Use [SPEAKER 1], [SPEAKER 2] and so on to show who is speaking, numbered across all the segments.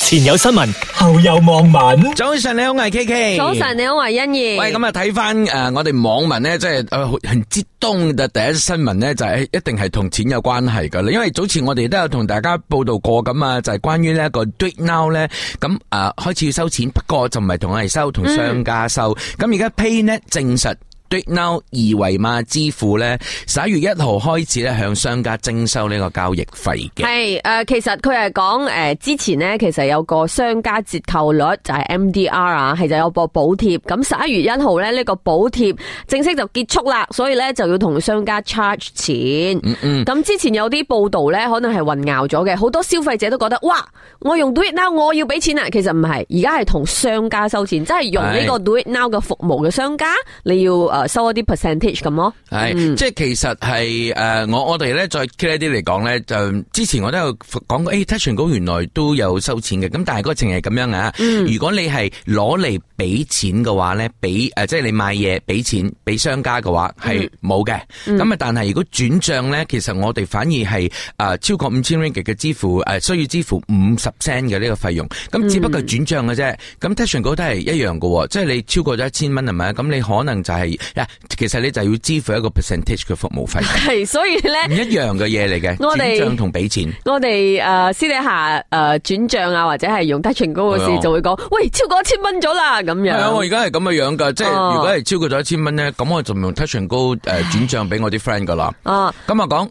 [SPEAKER 1] 前有新聞，後有網民。
[SPEAKER 2] 早晨，你好，我係 K K。
[SPEAKER 3] 早晨，你好，我係欣怡。
[SPEAKER 2] 喂，咁啊睇翻誒我哋網民咧，即係誒很激動嘅第一新聞咧，就係一定係同錢有關係㗎啦。因為早前我哋都有同大家報道過咁啊，就係關於呢一個 Do It Now 咧，咁啊開始要收錢，不過就唔係同我哋收，同商家收。咁而家 PayNet 證實。Do It Now 二維碼支付咧，十一月一號開始咧向商家徵收呢個交易費嘅。
[SPEAKER 3] 係誒、呃其實佢係講誒之前呢，其實有個商家折扣率就係 MDR 啊，係就有個補貼。咁十一月一號咧，呢、個補貼正式就結束啦，所以咧就要同商家 charge 錢。咁、
[SPEAKER 2] 嗯
[SPEAKER 3] 之前有啲報道咧，可能係混淆咗嘅，好多消費者都覺得哇，我用 Do It Now 我要俾錢啊，其實唔係，而家係同商家收錢，即係用呢個 Do It Now 嘅服務嘅商家，你要誒收一啲 percentage 咁咯。
[SPEAKER 2] 系，即係其實係诶、呃我我哋咧再 clear 啲嚟講咧，就之前我都有講過，诶、欸、touch 高原來都有收錢嘅，咁但係嗰個情係咁樣啊。如果你係攞嚟俾錢嘅話咧，俾诶、呃即係你買嘢俾錢俾商家嘅話係冇嘅。咁啊、但係如果轉帳咧，其實我哋反而係诶、呃超過五千 ringgit 嘅支付诶、呃需要支付五十 percent 嘅呢個費用，咁只不過係轉帳嘅啫。咁 touch 高都係一樣嘅喎，即係你超過咗一千蚊係咪？咁你可能就係嗱其實你就要支付一個 percentage 嘅服務費，
[SPEAKER 3] 係，所以咧
[SPEAKER 2] 唔。一樣嘅嘢嚟嘅，
[SPEAKER 3] 我哋
[SPEAKER 2] 轉帳同俾錢。
[SPEAKER 3] 我哋诶、呃私底下诶转账啊，或者係用 touch 高嘅
[SPEAKER 2] 係啊
[SPEAKER 3] 事，就會講喂超過一千蚊咗啦咁
[SPEAKER 2] 係啊，我
[SPEAKER 3] 樣。
[SPEAKER 2] 而家係咁嘅樣噶，即係
[SPEAKER 3] 哦
[SPEAKER 2] 如果係超過咗一千蚊咧，咁我就用 Touch 高诶轉帳俾我啲 friend 噶啦。
[SPEAKER 3] 啊，
[SPEAKER 2] 咁我講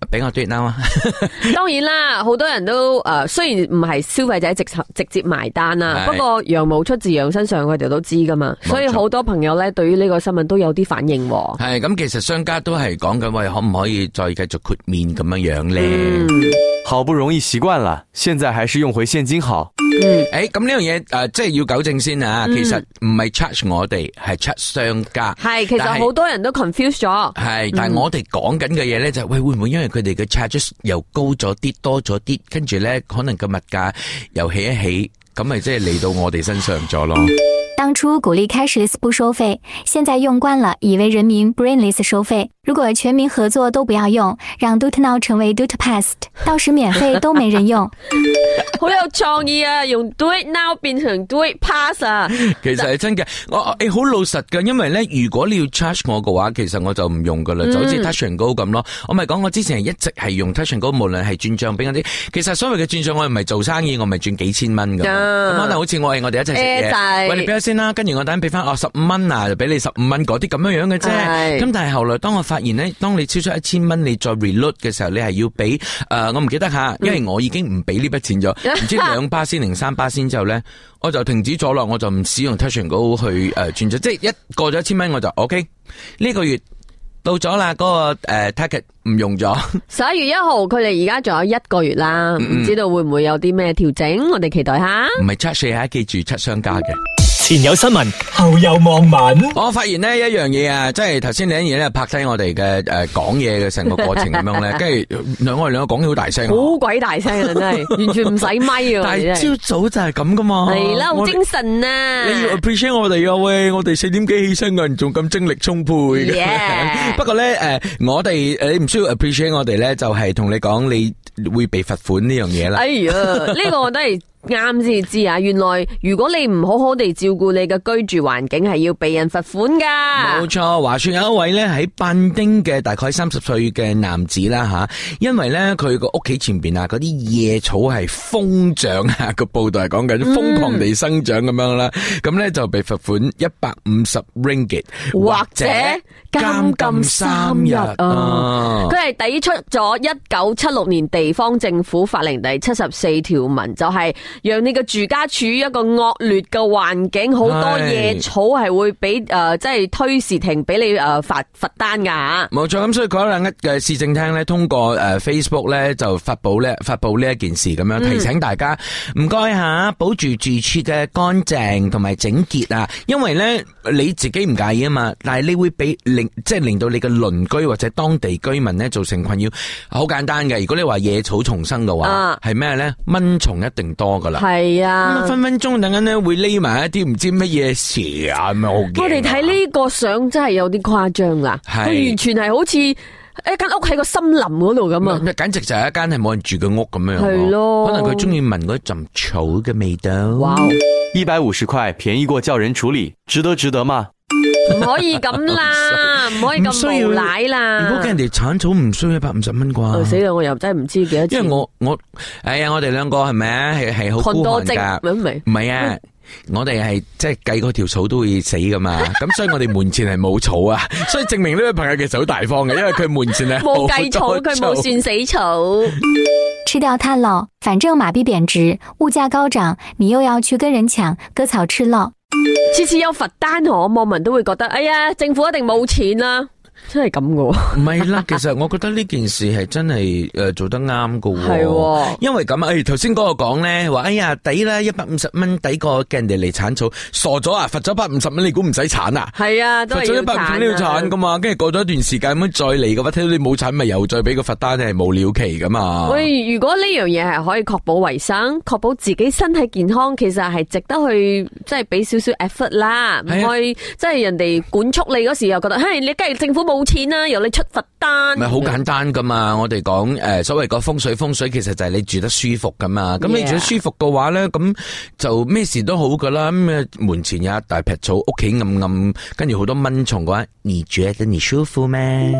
[SPEAKER 2] 诶，俾我 do it now 啊，
[SPEAKER 3] 當然啦，好多人都诶、呃，虽然唔係消費者直直接埋單啦，
[SPEAKER 2] 係
[SPEAKER 3] 不過羊毛出自羊身上，佢哋都知噶嘛，
[SPEAKER 2] 冇錯
[SPEAKER 3] 所以好多朋友咧對於呢個新聞都有啲反應喎。
[SPEAKER 2] 係咁，其實商家都係講緊喂，可唔可以再繼續豁免咁樣樣咧？
[SPEAKER 3] 嗯
[SPEAKER 4] 好不容易习惯了，现在还是用回现金好。
[SPEAKER 3] 嗯
[SPEAKER 2] 诶，咁呢樣嘢诶，即係要糾正先啊。其實唔係 charge 我哋，係 charge 商家。
[SPEAKER 3] 係，其
[SPEAKER 2] 但
[SPEAKER 3] 實
[SPEAKER 2] 係
[SPEAKER 3] 好多人都 confuse 咗。
[SPEAKER 2] 系，但系我哋講緊嘅嘢咧就係喂會唔會因為佢哋嘅 charges 又高咗啲多咗啲，跟住咧可能個物價又起一起，咁咪即係嚟到我哋身上咗咯。
[SPEAKER 5] 当初鼓励 cashless 不收费，现在用惯了，以为人民 brainless 收费。如果全民合作都不要用，让 do it now 成为 do it past，到时免费都没人用。
[SPEAKER 3] 好有創意啊！用 do it now 變成 do it pass 啊！
[SPEAKER 2] 其實係真嘅，我诶好、老實嘅，因為咧如果你要 charge 我嘅話，其實我就唔用噶啦，
[SPEAKER 3] 嗯
[SPEAKER 2] 就好似 Touch and Go 咁咯。我咪講我之前係一直係用 Touch and Go，無論係轉帳俾嗰啲，其實所謂嘅轉帳，我唔係做生意，我咪轉幾千蚊噶。
[SPEAKER 3] 啊
[SPEAKER 2] 咁可能好似我係我哋一齊食
[SPEAKER 3] 誒就
[SPEAKER 2] 嘢，
[SPEAKER 3] 係
[SPEAKER 2] 喂你俾咗先啦，跟住我等俾翻哦十五蚊啊，就俾你十五蚊嗰啲咁樣樣嘅啫。
[SPEAKER 3] 係
[SPEAKER 2] 咁但係後來當我發現咧，當你超出一千蚊，你再 reload 嘅時候，你係要俾诶、呃我唔記得吓，因為我已經唔俾呢筆錢咗，唔知兩巴仙定三巴仙之後咧，我就停止咗啦，我就唔使用 Touch and Go 去诶轉咗，即係一過咗一千蚊我就 OK，呢個月到咗啦，嗰、個个诶 target 唔用咗，
[SPEAKER 3] 十一月一號，佢哋而家仲有一個月啦，
[SPEAKER 2] 嗯
[SPEAKER 3] 唔知道會唔會有啲咩調整，我哋期待下。
[SPEAKER 2] 唔係 charge 啊，記住 charge 商家嘅。
[SPEAKER 1] 前有新聞，後有網民。
[SPEAKER 2] 我發現呢一樣嘢啊，即係頭先你一嘢咧拍低我哋嘅誒講嘢嘅成個過程咁 樣咧，跟住兩我哋兩個講嘢好大聲啊。
[SPEAKER 3] 好鬼大聲啊！真係完全唔使咪啊！我
[SPEAKER 2] 但
[SPEAKER 3] 哋真
[SPEAKER 2] 係
[SPEAKER 3] 係
[SPEAKER 2] 朝早就係咁噶嘛。
[SPEAKER 3] 係啦，好
[SPEAKER 2] 我哋
[SPEAKER 3] 精神啊！
[SPEAKER 2] 你要 appreciate 我哋啊喂！我哋四點幾起身嘅人仲咁精力充沛嘅。
[SPEAKER 3] Yeah
[SPEAKER 2] 不過咧，诶、我哋诶唔需要 appreciate 我哋咧，就係同你講你會被罰款呢樣嘢啦。
[SPEAKER 3] 哎呀，呢個我都係啱先知啊！原來如果你唔好好地照顧你嘅居住環境，係要被人罰款
[SPEAKER 2] 冇
[SPEAKER 3] 噶。
[SPEAKER 2] 錯，話說有一位咧喺班丁嘅大概三十歲嘅男子啦吓，因為咧佢個屋企前边啊嗰啲野草係瘋長啊，個報道係講緊
[SPEAKER 3] 嗯
[SPEAKER 2] 瘋狂地生長咁樣啦，咁咧就被罰款一百五十 ringgit
[SPEAKER 3] 或者監禁三日
[SPEAKER 2] 啊
[SPEAKER 3] 哦佢。係抵出咗一九七六年地方政府法令第七十四條文，就係讓你嘅住家處於一個惡劣嘅環境，好多
[SPEAKER 2] 係
[SPEAKER 3] 野草係會俾诶、呃即係推時停俾你呃诶罚罚单噶吓。
[SPEAKER 2] 冇錯，咁所以嗰兩日嘅呃市政廳咧，通過诶 Facebook 咧就發布咧發布呢一件事咁樣，
[SPEAKER 3] 嗯
[SPEAKER 2] 提醒大家唔該吓，保住住處嘅乾淨同埋整潔啊！因為咧你自己唔介意啊嘛，但係你會俾令即係令到你嘅鄰居或者當地居民咧造成困擾。好簡單嘅，如果你話野草叢生嘅話，
[SPEAKER 3] 啊
[SPEAKER 2] 係咩咧？蚊蟲一定多噶啦。
[SPEAKER 3] 係
[SPEAKER 2] 咁啊
[SPEAKER 3] 啊。
[SPEAKER 2] 分分鐘等緊咧會匿埋一啲唔知乜嘢蛇啊，咁咪好驚啊
[SPEAKER 3] 我哋睇呢個相真係有啲誇張啦，
[SPEAKER 2] 係
[SPEAKER 3] 佢完全係好似一間屋喺個森林嗰度咁啊，
[SPEAKER 2] 咪簡直就係一間係冇人住嘅屋咁樣。
[SPEAKER 3] 係咯
[SPEAKER 2] 可能佢中意聞嗰陣草嘅味道。
[SPEAKER 3] 哇！
[SPEAKER 4] 一百五十块便宜过叫人处理，值得值得吗？
[SPEAKER 3] 唔可以咁啦，唔可以咁無賴啦。
[SPEAKER 2] 如果叫人哋鏟草唔需要一百五十蚊
[SPEAKER 3] 哦死
[SPEAKER 2] 啩？
[SPEAKER 3] 啦！我又真係唔知幾多
[SPEAKER 2] 啊因
[SPEAKER 3] 錢。
[SPEAKER 2] 為我我哎呀，我哋兩個係咪啊？係係好孤
[SPEAKER 3] 菌多
[SPEAKER 2] 寒
[SPEAKER 3] 精，
[SPEAKER 2] 㗎。
[SPEAKER 3] 明唔 明？
[SPEAKER 2] 唔係 啊，我哋係即係計嗰條草都會死噶 嘛，咁所以我哋門前係冇草啊，所以證明呢位朋友其實好大方嘅，因為佢門前係
[SPEAKER 3] 冇計草，
[SPEAKER 2] 好多
[SPEAKER 3] 佢冇算死草。
[SPEAKER 5] 吃掉它喽，反正马币贬值，物价高涨，你又要去跟人抢，割草吃喽。
[SPEAKER 3] 次次有罰單，我網民都會覺得，哎呀，政府一定冇錢啦，真係咁噶
[SPEAKER 2] 唔係啦，其實我覺得呢件事係真係诶做得啱噶
[SPEAKER 3] 喎，係
[SPEAKER 2] 喎。
[SPEAKER 3] 喎。
[SPEAKER 2] 因為咁啊，诶，頭先嗰個講咧話，哎呀，抵啦，一百五十蚊抵過叫人哋嚟鏟草，傻咗啊，罰咗百五十蚊，你估唔使鏟啊？
[SPEAKER 3] 係啊，都
[SPEAKER 2] 罰
[SPEAKER 3] 係
[SPEAKER 2] 咗
[SPEAKER 3] 要
[SPEAKER 2] 一百五十蚊要鏟噶
[SPEAKER 3] 㗎。
[SPEAKER 2] 嘛，跟住過咗一段時間咁樣再嚟嘅話，睇到你冇鏟咪又再俾個罰單，係冇了期噶嘛。
[SPEAKER 3] 喂，如果呢樣嘢係可以確保衞生、確保自己身體健康，其實係值得去即係俾少少 effort 啦，唔
[SPEAKER 2] 係啊
[SPEAKER 3] 去即係人哋管束你嗰時又覺得，嘿，你梗係政府冇錢啦，由你出罰單。
[SPEAKER 2] 唔係好簡單噶嘛，我哋講誒所謂個風水，風水其實就係你住得舒服噶嘛。咁
[SPEAKER 3] Yeah
[SPEAKER 2] 你住得舒服嘅話咧，咁就咩事都好噶啦。咁誒門前有一大劈草，屋企暗暗，跟住好多蚊蟲嘅話，你覺得你舒服咩？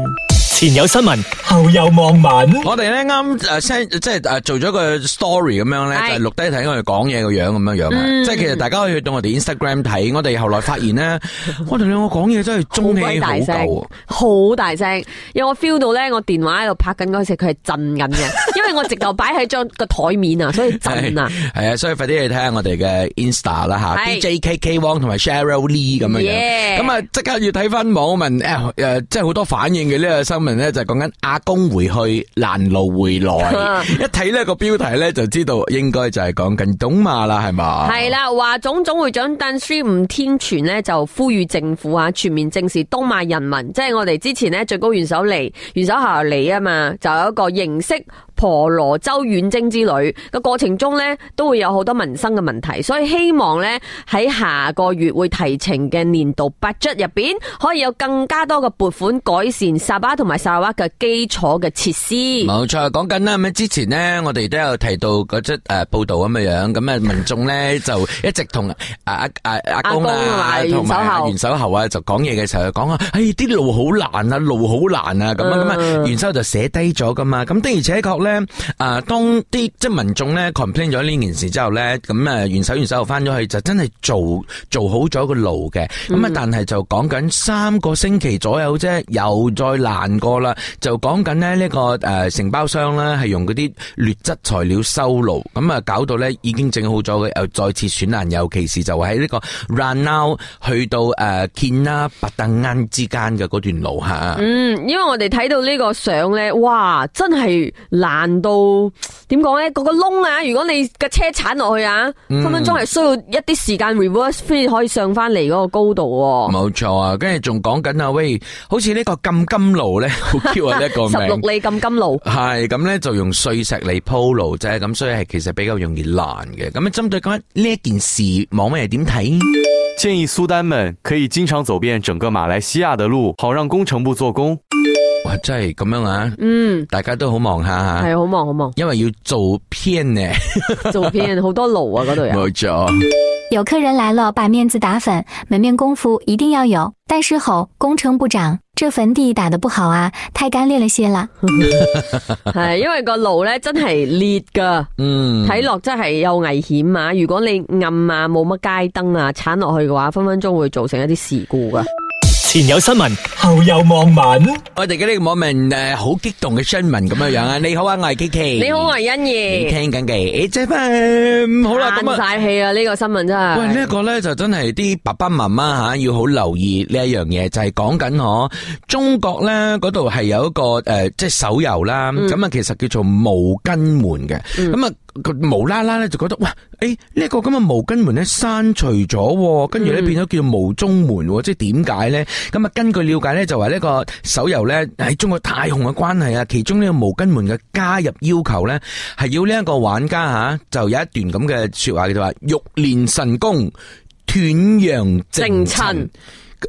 [SPEAKER 1] 前有新聞，後有網民。
[SPEAKER 2] 我哋咧啱誒 send 即係誒做咗個 story 咁樣
[SPEAKER 3] 係嗯
[SPEAKER 2] 咧，就係錄低睇我哋講嘢個樣咁樣樣啊。即係其實大家可以去到我哋 Instagram 睇，我哋後來發現 咧，我哋兩個講嘢真係中氣好
[SPEAKER 3] 大
[SPEAKER 2] 夠
[SPEAKER 3] 聲
[SPEAKER 2] 啊。，
[SPEAKER 3] 好大聲，有我 feel 到咧，我電話喺度拍緊嗰時，佢係震緊嘅，因為我直頭擺喺張個台面啊，所以震 啊。
[SPEAKER 2] 系啊，所以快啲去睇下我哋嘅 Insta 啦吓
[SPEAKER 3] 係
[SPEAKER 2] ，DJKK Wong 同埋 Cheryl Lee 咁樣樣。
[SPEAKER 3] Yeah
[SPEAKER 2] 咁啊，即刻要睇翻網民诶诶，誒即係好多反應嘅呢個新聞咧，就係講緊阿公回去攔路回 來，一睇呢個標題咧就知道應該就係講緊董馬啦，係嘛？
[SPEAKER 3] 系。啦，华总总会长邓书吴天全呢就呼吁政府啊全面正视东马人民，即系我哋之前呢最高元首嚟，元首下嚟啊嘛，就有一个形式婆罗洲远征之旅个过程中呢，都会有好多民生嘅问题，所以希望呢喺下个月会提呈嘅年度 budget 入边，可以有更加多嘅拨款改善沙巴同埋沙拉嘅基础嘅设施。
[SPEAKER 2] 冇錯，講緊啦。咁之前呢，我哋都有提到嗰則诶報道咁嘅樣，咁啊民眾咧就一直同啊啊啊阿公啊
[SPEAKER 3] 阿，公
[SPEAKER 2] 同埋
[SPEAKER 3] 啊
[SPEAKER 2] 啊
[SPEAKER 3] 袁
[SPEAKER 2] 袁手喉啊，就講嘢嘅時候就講啊，哎啲路好難啊，路好難啊，咁啊咁啊，
[SPEAKER 3] 嗯
[SPEAKER 2] 袁手就寫低咗噶嘛。咁的而且確咧，啊當啲即系民眾咧 complain 咗呢件事之後咧，咁啊袁手袁手翻咗去就真係做做好咗個路嘅。咁啊，但係就講緊三個星期左右啫，又再難過啦。就講緊咧呢個诶承包商咧係用嗰啲劣質材料修路，咁啊搞到咧已經整好咗嘅，又再次損爛，尤其是就喺呢個 Ranau 去到诶 Kina 白鄧恩之間嘅嗰段路吓。
[SPEAKER 3] 嗯，因为我哋睇到呢个相咧，哇，真系难到点讲咧？嗰、个窿啊，如果你嘅车铲落去啊，
[SPEAKER 2] 嗯
[SPEAKER 3] 分分钟系需要一啲时间 reverse 先可以上翻嚟嗰个高度、喎。
[SPEAKER 2] 冇錯啊，跟住仲講緊啊，喂，好似呢個禁金路咧，好 Q 啊呢一個
[SPEAKER 3] 十
[SPEAKER 2] 名。
[SPEAKER 3] 六里咁金路，
[SPEAKER 2] 系咁咧，就用碎石嚟鋪路啫，咁所以係其實比較容易爛嘅。咁啊，針對緊呢一件事，網民係點睇？
[SPEAKER 4] 建议苏丹们可以经常走遍整个马来西亚的路，好让工程部做工。
[SPEAKER 2] 哇，真係咁樣啊！
[SPEAKER 3] 嗯，
[SPEAKER 2] 大家都好忙下吓
[SPEAKER 3] 系。好忙好忙，
[SPEAKER 2] 因为要做片呢，
[SPEAKER 3] 做 片好多路啊嗰度有。
[SPEAKER 2] 冇错。
[SPEAKER 5] 有客人来了，把面子打粉，门面功夫一定要有，但是吼工程部长，这粉底打得不好啊，太干裂了些啦。
[SPEAKER 3] 系，因为个路咧真系裂噶，
[SPEAKER 2] 嗯，
[SPEAKER 3] 睇落真系有危险啊！如果你暗啊，冇乜街灯啊，铲落去嘅话，分分钟会造成一啲事故噶。
[SPEAKER 1] 前有新聞，後有網民。
[SPEAKER 2] 我哋嘅呢个网民诶，好激动嘅新闻咁样样啊！你好啊，我系 K K。
[SPEAKER 3] 你好，我，系欣
[SPEAKER 2] 你
[SPEAKER 3] 怡。
[SPEAKER 2] 听紧嘅 H F M。好啦，咁
[SPEAKER 3] 叹
[SPEAKER 2] 啊。
[SPEAKER 3] 晒气啊！呢个新闻真系。
[SPEAKER 2] 喂，呢、一個咧就真係啲爸爸媽媽吓要好留意呢一樣嘢，就係講緊我中國咧嗰度係有一個诶、呃即係手遊啦，咁啊、其實叫做無根門嘅，咁啊、佢無啦啦咧就覺得，哇！诶、呢、一個咁嘅無根門咧刪除咗喎，跟住咧變咗叫無中門喎，即係點解咧？咁啊，根據了解咧就話呢個手遊咧喺中國太紅嘅關係啊，其中呢個無根門嘅加入要求咧係要呢一個玩家吓就有一段咁嘅说話，叫做話欲練神功。斷陽
[SPEAKER 3] 正
[SPEAKER 2] 正
[SPEAKER 3] 襯
[SPEAKER 2] 塵，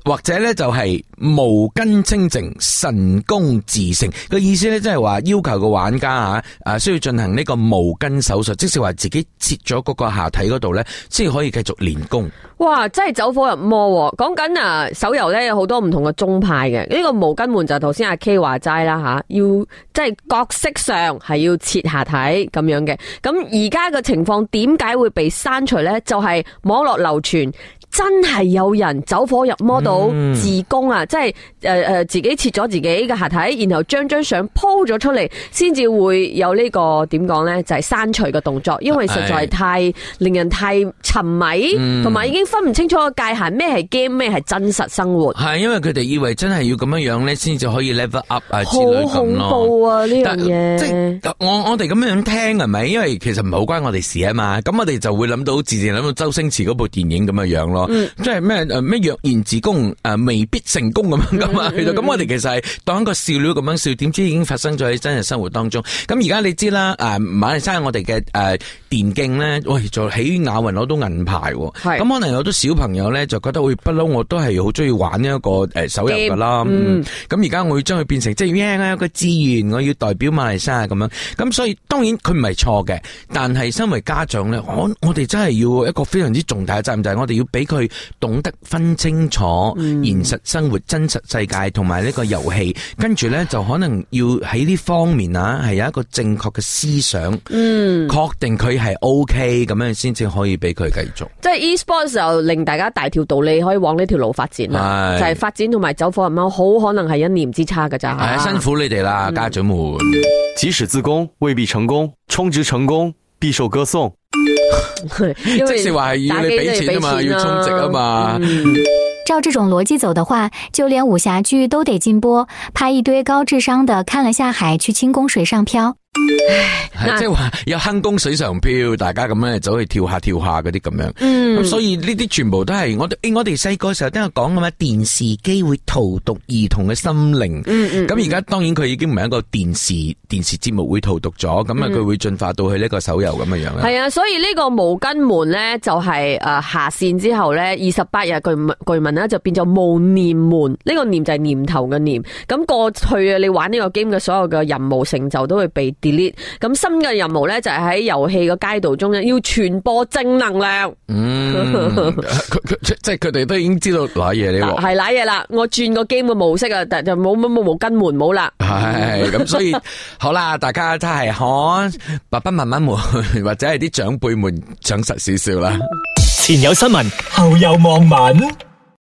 [SPEAKER 2] 或者咧就係無根清淨、神功自成個意思咧，即係話要求個玩家啊，啊需要進行呢個無根手術，即是話自己切咗嗰個下體嗰度咧，先可以繼續練功。
[SPEAKER 3] 哇！真係走火入魔喎、講緊啊，手遊咧有好多唔同嘅宗派嘅，呢、個無根門就係頭先阿 K 話齋啦吓，要即係角色上係要切下體咁樣嘅。咁而家嘅情況點解會被刪除呢？就係網絡流傳。真係有人走火入魔到自宮啊！即係诶诶，自己切咗自己嘅下體，然後將張相鋪咗出嚟，先至會有呢、個點講呢？就係刪除嘅動作，因為實在
[SPEAKER 2] 係
[SPEAKER 3] 太令人太沉迷，同
[SPEAKER 2] 嗯
[SPEAKER 3] 埋、已經分唔清楚個界限，咩係 game，咩係真實生活，
[SPEAKER 2] 係因為佢哋以為真係要咁樣樣咧，先至可以 level up 啊之
[SPEAKER 3] 好
[SPEAKER 2] 類咁
[SPEAKER 3] 恐
[SPEAKER 2] 咯。
[SPEAKER 3] 怖啊！呢樣
[SPEAKER 2] 但即
[SPEAKER 3] 嘢。
[SPEAKER 2] 係我我哋咁樣聽係咪？因為其實唔係好關我哋事啊嘛。咁我哋就會諗到自然諗到周星馳嗰部電影咁樣樣咯，
[SPEAKER 3] 嗯
[SPEAKER 2] 即係咩誒咩若然自宮誒、呃未必成功咁樣噶
[SPEAKER 3] 嗯
[SPEAKER 2] 嘛。其實咁我哋其實係當一個笑料咁樣笑，點知已經發生咗喺真實生活當中。咁而家你知啦，誒、呃馬來西亞我哋嘅誒電競咧，喂就喺亞運攞到銀牌喎。
[SPEAKER 3] 係
[SPEAKER 2] 咁可能有啲小朋友咧就覺得，喂不嬲我都係好中意玩呢一個誒手遊噶啦。
[SPEAKER 3] Game，嗯
[SPEAKER 2] 嗯咁而家我要將佢變成即係 yeah，我有個志願，我要代表馬來西亞咁樣。咁所以當然佢唔係錯嘅，但係身為家長咧，我我哋真係要一個非常之重大嘅責任，就係、我哋要俾佢懂得分清楚現實生活、真實世界同埋呢個遊戲，跟住咧就可能要喺呢方面啊，係有一個正確嘅思想，嗯，確定佢係 OK 咁樣先至可以俾佢繼續。
[SPEAKER 3] 即係 e-sports 就令大家大條道理可以往呢條路發展啦，
[SPEAKER 2] 係
[SPEAKER 3] 就係發展同埋走火入魔，好可能係一念之差㗎咋。
[SPEAKER 2] 係啊，辛苦你哋啦，家長們。
[SPEAKER 4] 即使自宫未必成功，充值成功必受歌颂。
[SPEAKER 3] 因為
[SPEAKER 2] 即是話係要你俾錢啊嘛，
[SPEAKER 3] 打機都
[SPEAKER 2] 要
[SPEAKER 3] 要俾錢啊
[SPEAKER 2] 充值啊嘛。
[SPEAKER 5] 照这种逻辑走的话，就连武侠剧都得禁播，怕一堆高智商的看了下海去轻功水上漂。
[SPEAKER 2] 係即系话有坑工水上漂，大家咁样走去跳下跳下嗰啲咁样。嗯，咁所以呢啲全部都系我哋，欸我哋细个嘅时候都有讲噶嘛，电视机会荼毒儿童嘅心靈。
[SPEAKER 3] 嗯嗯
[SPEAKER 2] 咁而家當然佢已經唔係一個電視電視節目會荼毒咗，咁啊佢會進化到去呢個手遊咁嘅樣啦。
[SPEAKER 3] 系嗯啊，所以呢個無根門咧就係呃下線之後咧，二十八日巨文巨文咧就變咗無念門。呢、個念就係念頭嘅念。咁過去啊，你玩呢個 game 嘅所有嘅任務成就都會被 delete。咁新嘅任務咧就係喺遊戲嘅街道中咧要傳播正能量。
[SPEAKER 2] 嗯，佢佢即即係佢哋都已經知道嗱嘢你 喎。
[SPEAKER 3] 係濑嘢啦，我轉個 game 嘅模式啊，但就冇冇冇無根門冇啦。
[SPEAKER 2] 系咁， 所以好啦，大家真係可爸爸媽媽們或者係啲長輩們長實少少啦。
[SPEAKER 1] 前有新聞，後有網民。